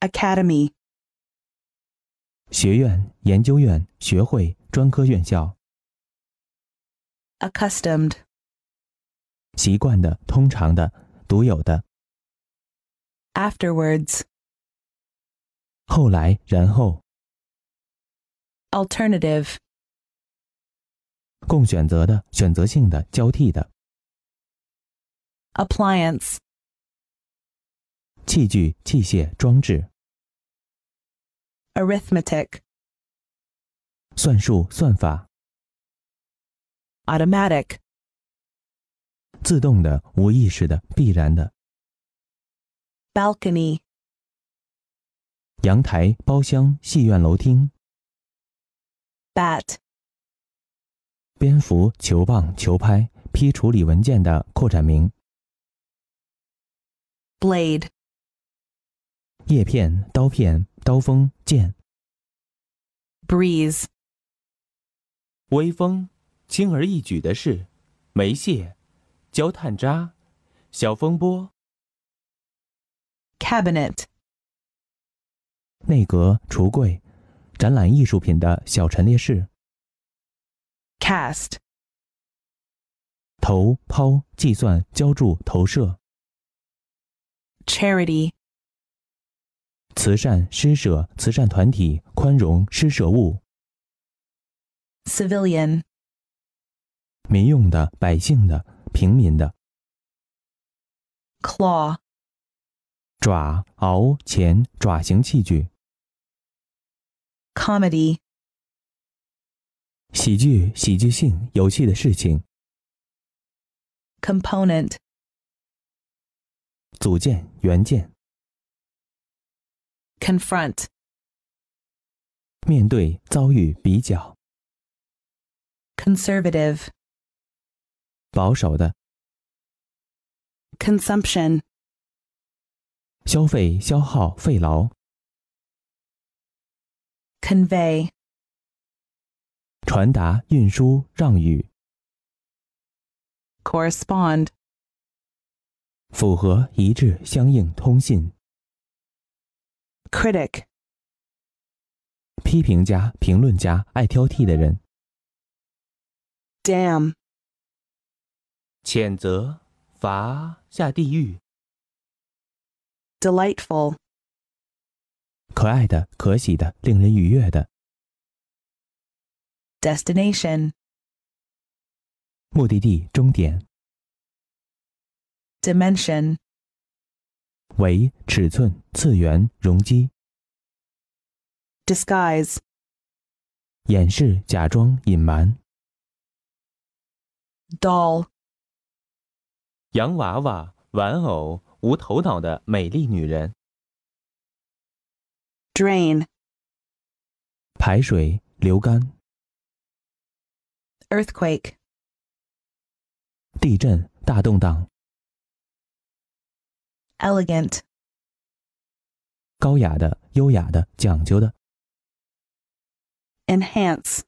Academy 学院、研究院、学会、专科院校、 accustomed 习惯的、通常的、独有的。 afterwards 后来，然后， alternative 供选择的、选择性的、交替的。 appliance 器具、器械、装置、 arithmetic 算术、算法、 automatic 自动的、无意识的、必然的。 balcony 阳台、包厢、戏院、楼厅、 bat 蝙蝠、球棒、球拍、批处理文件的扩展名、 blade 叶片、刀片、刀锋、剑、 breeze 微风，轻而易举的事，煤屑、焦炭渣、小风波、 cabinet 内阁、橱柜、展览艺术品的小陈列室、 cast 投、抛、计算、浇筑、投射、 charity 慈善、施舍、慈善团体、宽容、施舍物、 civilian 民用的、百姓的、平民的。 claw 爪、螯、钳、爪形器具、 comedy 喜剧、喜剧性、有趣的事情、 component 组件、元件、 confront 面对、遭遇、比较、 conservative 保守的、 consumption 消费、消耗、费劳、 convey 传达、运输、让与、 correspond 符合、一致、相应、通信、 critic 批评家、评论家、爱挑剔的人、 damn 谴责、罚、下地狱、 delightful 可爱的、可喜的、令人愉悦的 destination 目的地、终点。 dimension 为尺寸、次元、容积、 disguise 掩饰、假装、隐瞒。 doll 洋娃娃、玩偶、无头脑的美丽女人、 drain 排水、流干、 earthquake 地震、大动荡、 elegant 高雅的、优雅的、讲究的、 enhance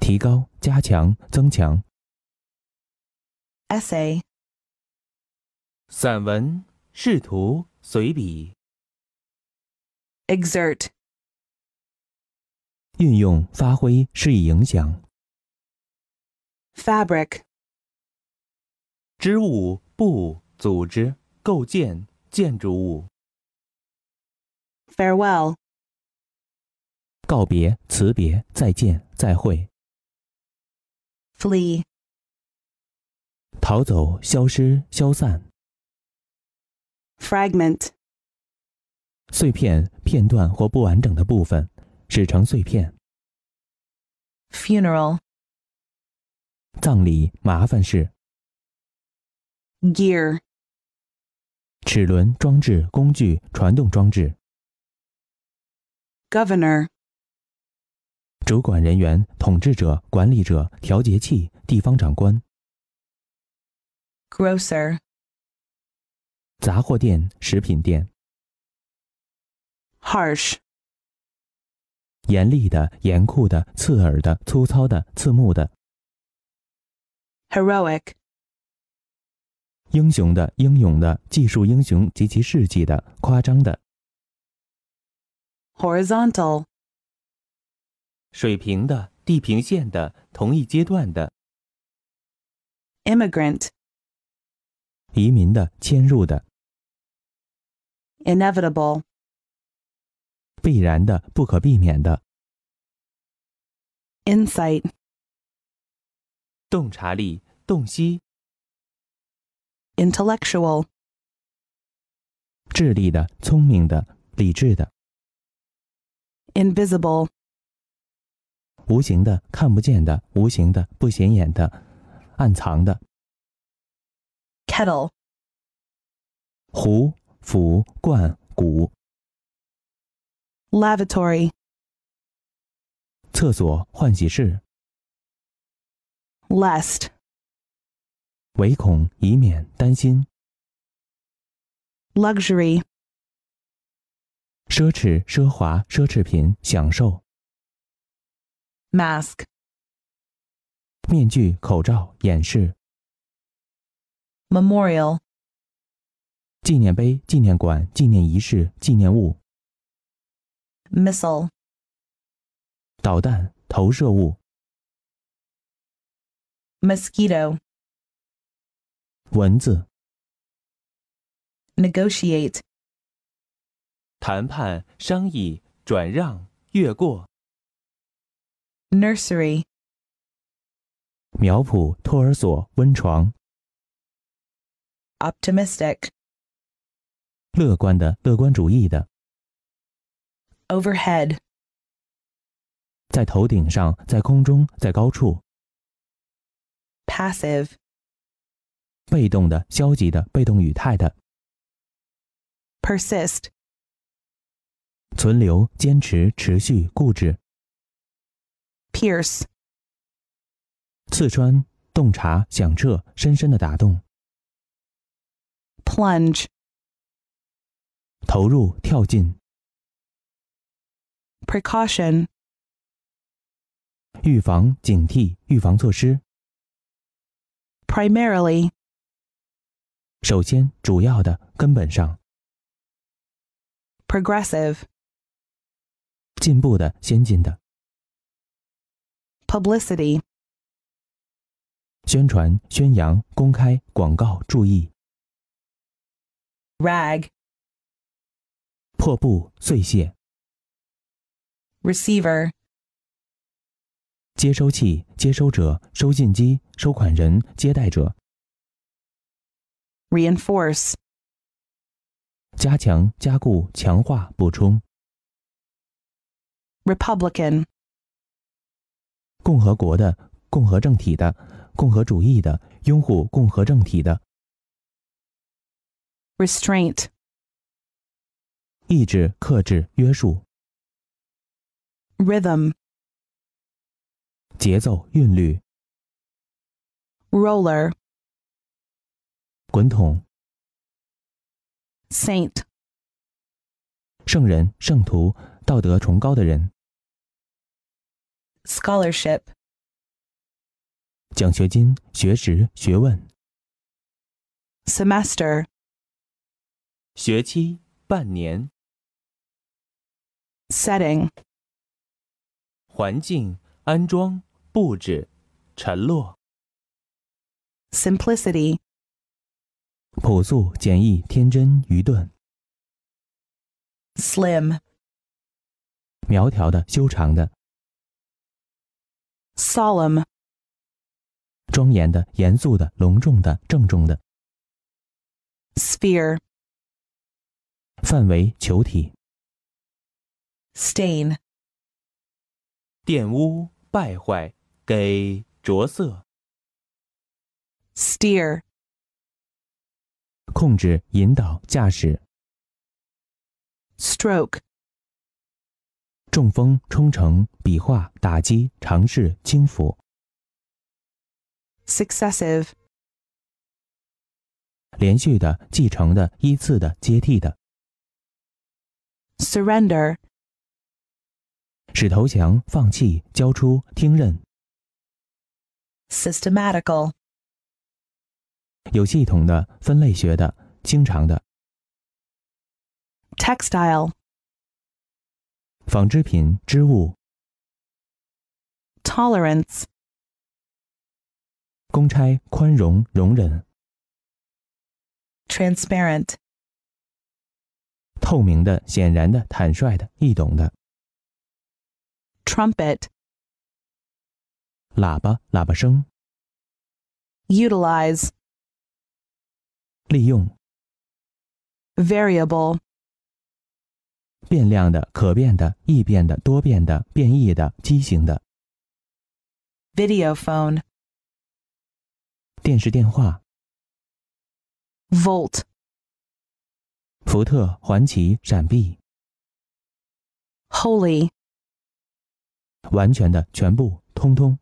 提高、加强、增强。 essay 散文、试图、随笔， exert 运用、发挥、施以影响。 fabric 织物、布、组织、构建、建筑物。 farewell 告别、辞别、再见、再会。 flee 逃走、消失、消散。 fragment 碎片、片段或不完整的部分，使成碎片。 funeral 葬礼、麻烦事、 gear 齿轮、装置、工具、传动装置、 governor 主管人员、统治者、管理者、调节器、地方长官、 grocer 杂货店、食品店。 harsh 严厉的、严酷的、刺耳的、粗糙的、刺目的、 heroic 英雄的、英勇的、技术英雄及其事迹的、夸张的、 horizontal, 水平的、地平线的、同一阶段的、 immigrant, 移民的、迁入的、 inevitable, 必然的、不可避免的、 insight, 洞察力、洞悉、 intellectual, 智力的、聪明的、理智的、 invisible, 无形的、看不见的、无形的、不显眼的、暗藏的、 kettle, 壶、釜、罐、鼓、 lavatory, 厕所、换洗室、 lest, 唯恐以免担心、 luxury, 奢侈、奢华、奢侈品、享受、 mask, 面具、口罩、掩饰、 memorial, 纪念碑、纪念馆、纪念仪式、纪念物、 missile, 导弹、投射物、 mosquito, 蚊子、 negotiate, 谈判、商议、转让、越过、 nursery, 苗圃、托儿所、温床、 optimistic, 乐观的、乐观主义的， overhead, 在头顶上，在空中，在高处， passive, 被动的、消极的、被动语态的， persist, 存留、坚持、持续、固执、 pierce, 刺穿、洞察、响彻、深深的打动。 plunge, 投入、跳进、 precaution, 预防、警惕、预防措施。 primarily, 首先，主要的、根本上、 progressive, 进步的、先进的 publicity, 宣传、宣扬、公开、广告、注意、 rag, 破布、碎屑、 receiver, 接收器、接收者、收信机、收款人、接待者、 reinforce, 加强、加固、强化、补充。 republican, 共和国的、共和政体的、共和主义的、拥护共和政体的、 restraint, 抑制、克制、约束、 rhythm, 节奏、韵律、 roller, 滚筒、 saint, 圣人、圣徒、道德崇高的人。 scholarship, 奖学金、学识、学问、 semester, 学期、半年、 setting, 环境、安装、布置、沉落、 simplicity, 朴素、简易、天真、愚钝、 slim, 苗条的、修长的、 solemn, 庄严的、严肃的、隆重的、郑重的、 sphere, 范围、球体、 stain, 玷污、败坏、给着色、 steer, 控制、引导、驾驶、 stroke, 中风、冲绳、比划、打击、尝试、轻抚、 successive, 连续的、继承的、依次的、接替的、 surrender, 使投降、放弃、交出、听任。 systematical, 有系统的、分类学的、经常的。 textile, 纺织品、织物、 tolerance, 公差、宽容、容忍、 transparent, 透明的、显然的、坦率的、易懂的。 trumpet, 喇叭、喇叭声、 utilize, 利用、 variable, 变量的、可变的、易变的、多变的、变异的、畸形的。 videophone, 电视电话、 volt, 福特、环奇、闪避、 holy, 完全的、全部、通通、